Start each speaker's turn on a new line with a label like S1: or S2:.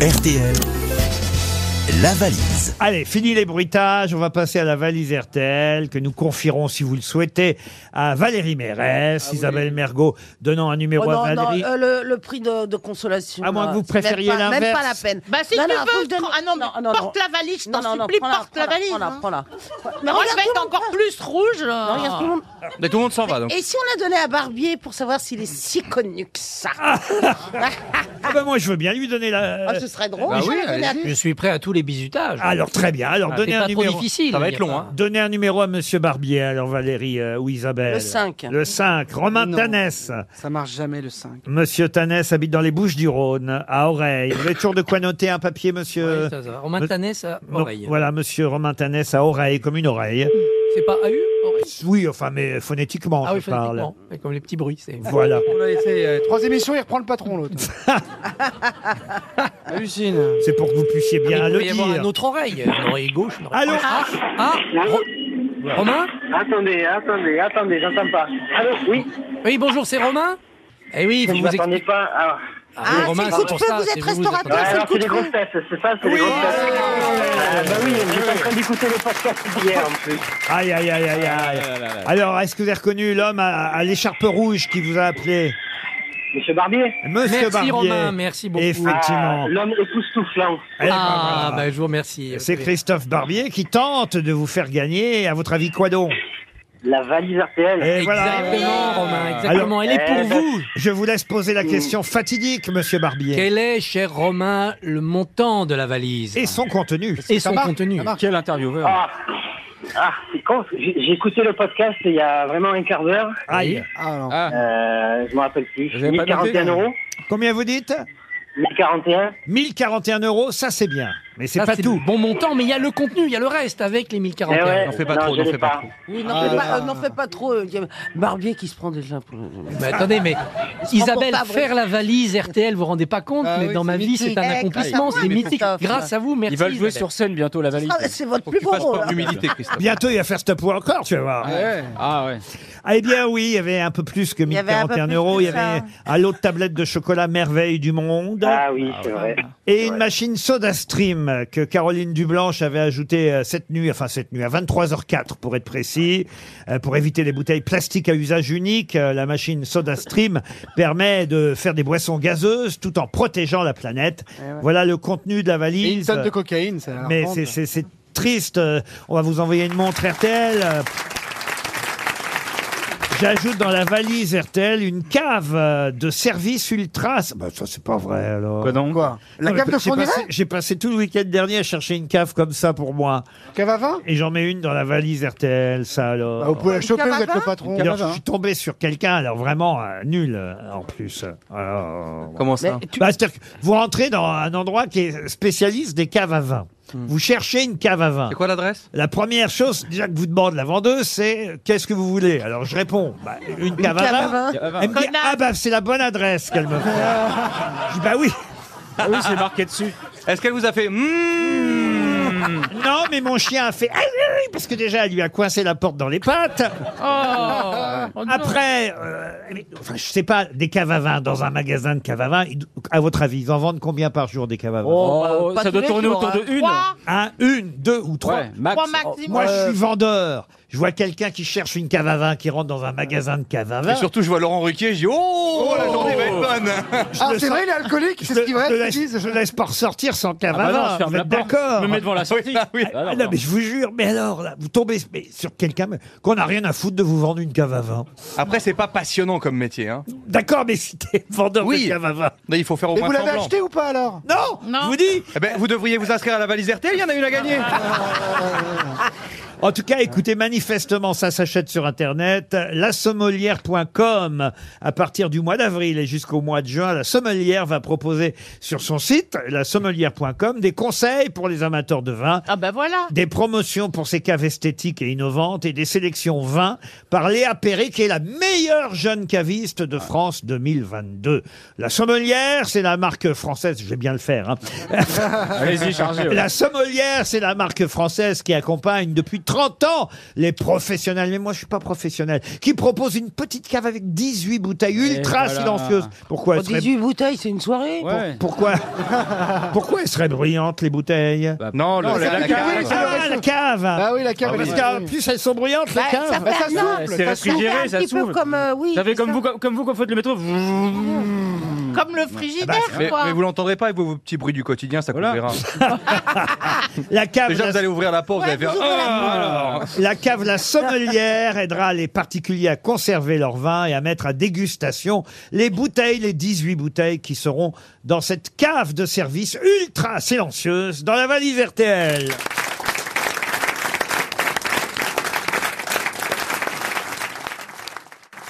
S1: RTL, la valise.
S2: Allez, fini les bruitages, on va passer à la valise RTL que nous confierons, si vous le souhaitez, à Valérie Mérès,
S3: Ah
S2: Isabelle Mergot, donnant un numéro
S4: Oh non,
S2: à
S4: non,
S2: Valérie.
S4: euh, le, le prix de, de consolation.
S2: À moins
S4: là,
S2: que vous
S4: c'est même
S2: préfériez
S4: pas- Même
S2: l'inverse.
S4: pas la peine.
S5: Bah si
S4: Non,
S5: tu
S4: non,
S5: veux,
S4: vous me donnez-
S5: prends- ah non, mais porte la valise, je t'en supplie,
S4: prends-la,
S5: porte la
S4: prends-la,
S5: valise,
S4: Prends-la,
S5: hein.
S4: prends-la. Mais
S5: Mais on
S4: regarde,
S5: va
S4: tout le
S5: être
S4: monde-
S5: encore plus rouge. euh. là.
S4: regarde, tout le monde-
S6: Mais tout le monde s'en va donc.
S4: Et si on la donnait à Barbier pour savoir s'il est si connu que ça
S2: Ah ben moi, je veux bien lui donner la... euh,
S4: Ah, Ce serait drôle.
S6: Bah
S4: si on
S6: oui,
S4: la donnait à-
S3: Je suis prêt à tous les bisutages.
S2: Alors, très bien, alors
S3: Ah, c'est
S2: donnez un
S3: pas trop
S2: numéro...
S3: difficile.
S6: Ça va
S3: il y a
S6: être long,
S3: pas-
S6: hein.
S2: Donnez un numéro à Monsieur Barbier, alors Valérie euh, ou Isabelle.
S4: Le cinq.
S2: Le 5. Romain
S7: Non.
S2: Tanès.
S7: Ça marche jamais le 5.
S2: Monsieur Tanès habite dans les Bouches-du-Rhône, à Oreille. Vous avez toujours de quoi noter un papier, monsieur
S3: Oui, ça, ça va. Romain Tanès à
S2: Euh, Non,
S3: oreille.
S2: Voilà, monsieur Romain Tanès à Oreille, comme une oreille.
S3: C'est pas AU oreille.
S2: Oui, enfin, mais phonétiquement,
S3: Mm. Ah oui,
S2: je parle.
S3: phonétiquement. C'est Comme les petits bruits. c'est-
S2: Voilà.
S7: On l'a laissé euh, trois émissions, il reprend le patron l'autre. Hallucine.
S2: C'est pour que vous puissiez bien
S3: Ah, Il
S2: le
S3: pourrait y avoir
S2: dire.
S3: une autre oreille. Une oreille gauche. Une oreille...
S2: Allô
S3: Ah, ah, Ro- Romain
S8: Attendez, attendez, attendez, j'entends pas. Allô, oui,
S3: Oui, bonjour, c'est Romain Eh oui,
S8: vous
S3: vous
S8: m'entendez
S3: expliquez.
S8: pas. Ah,
S4: Ah,
S3: oui,
S4: c'est le coup de
S3: pour
S4: feu,
S3: ça,
S4: vous êtes
S3: c'est
S4: restaurateur.
S8: Ouais,
S4: c'est
S8: alors
S4: le coup
S8: c'est
S4: de
S8: les
S4: feu.
S8: grosses têtes, c'est ça, c'est les grosses têtes. Ah, bah oui, j'étais en train d'écouter les podcasts hier en plus.
S2: Aïe, aïe, aïe, aïe,
S3: Ah,
S2: aïe. Alors, est-ce que vous avez reconnu l'homme à, à l'écharpe rouge qui vous a appelé
S8: Monsieur Barbier
S2: Monsieur
S3: Merci
S2: Barbier.
S3: Romain, merci beaucoup.
S2: Effectivement.
S8: Ah, L'homme époustouflant.
S2: Eh ben,
S3: Ah,
S2: voilà.
S3: bah, je vous remercie.
S2: C'est Christophe Barbier qui tente de vous faire gagner. À votre avis, quoi donc
S8: La valise RTL.
S2: Et voilà.
S3: Exactement, Romain, exactement. Elle est pour
S8: Eh ben-
S3: vous.
S2: Je vous laisse poser la question fatidique, Monsieur Barbier.
S3: Quel est, cher Romain, le montant de la valise
S2: Et son contenu.
S3: Et son contenu
S7: Quel intervieweur.
S8: Ah, ah c'est con. J'ai j'ai écouté le podcast il y a vraiment un quart d'heure.
S2: Aïe.
S7: Ah, non.
S8: Euh, je me rappelle plus.
S7: Vous avez pas
S8: 1041
S7: noté,
S8: euros.
S2: Combien vous dites
S8: 1041.
S2: 1041 euros, ça c'est bien. Mais c'est
S3: Ça,
S2: pas tout.
S3: le Bon montant, mais il y a le contenu, il y a le reste avec les
S8: Eh
S3: 1041.
S8: ouais,
S6: N'en fais pas trop,
S8: je
S6: n'en
S8: l'ai Ah,
S6: fais pas trop.
S4: Oui, n'en fais pas- euh, n'en fais pas trop. euh, Guillaume. Barbier qui se prend déjà pour.
S3: Mais attendez, mais Isabelle,
S4: pas vrai.
S3: faire la valise RTL, vous vous rendez pas compte,
S7: Ah
S3: mais
S7: oui,
S3: dans ma
S7: c'est
S3: vie,
S7: mythique.
S3: c'est un
S4: Eh,
S3: accomplissement,
S4: Christophe,
S3: c'est mythique.
S4: Christophe.
S3: Grâce à vous, merci.
S7: Ils veulent jouer
S3: Isabelle.
S7: sur scène bientôt, la valise.
S4: Ah, C'est votre
S6: Faut que
S4: plus
S6: tu
S4: beau
S6: fasses
S4: rôle. hein.
S6: preuve d'humilité, Christophe.
S2: Bientôt, il va faire stop ou encore, tu vas voir.
S7: Ah ouais.
S2: Ah, eh bien oui, il y avait un peu plus que
S4: y avait un peu
S2: 1041
S4: plus
S2: euros.
S4: que
S2: Il y avait
S4: ça.
S2: à l'autre tablette de chocolat merveille du monde.
S8: Ah oui, c'est vrai.
S2: Et une machine SodaStream que Caroline Dublanche avait ajoutée euh, cette nuit, enfin cette nuit, à 23h04 pour être précis, euh, pour éviter les bouteilles plastiques à usage unique. euh, La machine SodaStream permet de faire des boissons gazeuses tout en protégeant la planète.
S4: Eh
S2: Voilà le contenu de la
S7: Et une
S2: valise.
S7: tonne de cocaïne, ça. a l'air
S2: Mais
S7: rente.
S2: c'est- c'est c'est triste. Euh, On va vous envoyer une montre RTL. Euh, J'ajoute dans la valise RTL une cave euh, de service ultra. Bah, ça, c'est pas vrai, alors.
S7: Quoi donc Quoi La
S2: Non,
S7: cave
S2: mais
S7: de
S2: j'ai passé-
S7: Fourniret
S2: J'ai passé tout le week-end dernier à chercher une cave comme ça pour moi.
S7: Cave à vin
S2: Et j'en mets une dans la valise RTL, ça alors.
S7: Bah, Vous pouvez la choper,
S4: cave à
S7: vous êtes
S4: vin
S7: le patron.
S2: Alors, je suis tombé sur quelqu'un, alors vraiment euh, nul euh, en plus. Alors,
S6: Comment ça
S2: bah, c'est-à-dire que vous rentrez dans un endroit qui est spécialiste des caves à vin. Vous cherchez une cave à vin.
S6: C'est quoi l'adresse
S2: La première chose déjà que vous demande la vendeuse, c'est euh, qu'est-ce que vous voulez Alors je réponds, bah, une cave à
S4: cave
S2: vin.
S4: à vin.
S2: Elle me dit, ah bah c'est la bonne adresse qu'elle me fait. je dis, bah oui.
S7: Ah Oui, c'est marqué dessus.
S6: Est-ce qu'elle vous a fait Mmh
S2: Non, mais mon chien a fait aïe, aïe, aïe parce que déjà elle lui a coincé la porte dans les pattes. Après, euh, mais, enfin, je sais pas, des caves à vin dans un magasin de caves à vin. ils- À votre avis, ils en vendent combien par jour des caves à vin
S4: Oh, ça doit tourner autour de
S5: Trois,
S2: Un, une, deux ou trois.
S5: trois
S2: Moi,
S5: maximum.
S2: je suis vendeur. Je vois quelqu'un qui cherche une cave à vin, qui rentre dans un magasin de cave à vin.
S6: Et surtout, je vois Laurent Ruquier, je dis Oh, la journée va être bonne
S7: Ah,
S2: le
S7: c'est
S2: sens.
S7: vrai, il est alcoolique, c'est
S2: je,
S7: ce qu'il reste,
S2: je
S7: ils
S2: laisse,
S7: disent.
S2: je laisse pas ressortir sans cave
S3: Ah bah
S2: à vin. Vous êtes
S9: Je
S2: d'accord
S9: me mets devant la sortie.
S2: Ah non, mais je vous jure, mais alors, là, vous tombez mais sur quelqu'un mais- qu'on n'a rien à foutre de vous vendre une cave à vin.
S6: Après, c'est pas passionnant comme métier. Hein.
S2: D'accord, mais si t'es vendeur
S6: Oui.
S2: de cave à vin.
S6: Il faut faire au
S7: Et
S6: moins
S7: vous l'avez
S6: semblant.
S7: acheté ou pas alors
S2: Non,
S5: Non.
S2: je vous dis.
S6: Eh ben, vous devriez vous inscrire à la valise RTL, il y en a une à gagner
S2: En tout cas, écoutez, manifestement, ça s'achète sur Internet. La sommelière.com. À partir du mois d'avril et jusqu'au mois de juin, la sommelière va proposer sur son site, la sommelière.com, des conseils pour les amateurs de vin.
S5: Ah
S4: bah
S5: ben voilà.
S2: Des promotions pour ses caves esthétiques et innovantes et des sélections vins par Léa Perret, qui est la meilleure jeune caviste de France 2022. La sommelière, c'est la marque française, je vais bien le faire. hein.
S9: Allez-y, chargez. ouais.
S2: La sommelière, c'est la marque française qui accompagne depuis 30 ans, les professionnels, mais moi je suis pas professionnel, qui proposent une petite cave avec 18 bouteilles ultra
S9: voilà.
S2: silencieuses. Pourquoi
S4: Oh,
S2: elles seraient,
S4: 18 bouteilles, c'est une soirée quoi.
S9: Ouais.
S2: pourquoi, pourquoi elles seraient bruyantes, les bouteilles
S6: bah, Non, le-
S7: Non,
S6: la,
S7: la
S6: cave.
S7: cave.
S2: Ah, la cave
S7: Ah oui, la cave, elle
S2: Parce
S7: est
S2: qu'en
S7: oui.
S2: plus, elles sont bruyantes,
S4: Bah,
S2: les
S4: ça
S2: caves.
S4: fait
S7: ça
S4: un-
S7: souffle,
S4: non,
S7: c'est
S4: ça
S9: réfrigéré,
S4: fait un
S9: ça
S4: petit peu
S9: souffle.
S4: comme, euh, oui,
S9: Vous savez,
S4: c'est
S9: comme
S4: ça.
S9: vous, comme vous, quand vous faites le métro,
S5: Comme le frigidaire,
S6: Mais,
S5: quoi.
S6: bah, mais vous l'entendrez pas avec vos, vos petits bruits du quotidien, ça
S9: Voilà.
S6: couvrira.
S2: La cave,
S6: Déjà,
S2: la-
S6: Ah, vous allez ouvrir la porte,
S4: Ouais,
S6: vous allez faire.
S4: vous ouvrez la
S6: Ah, alors.
S2: La cave La Sommelière aidera les particuliers à conserver leur vin et à mettre à dégustation les bouteilles, les 18 bouteilles qui seront dans cette cave de service ultra silencieuse dans la valise RTL.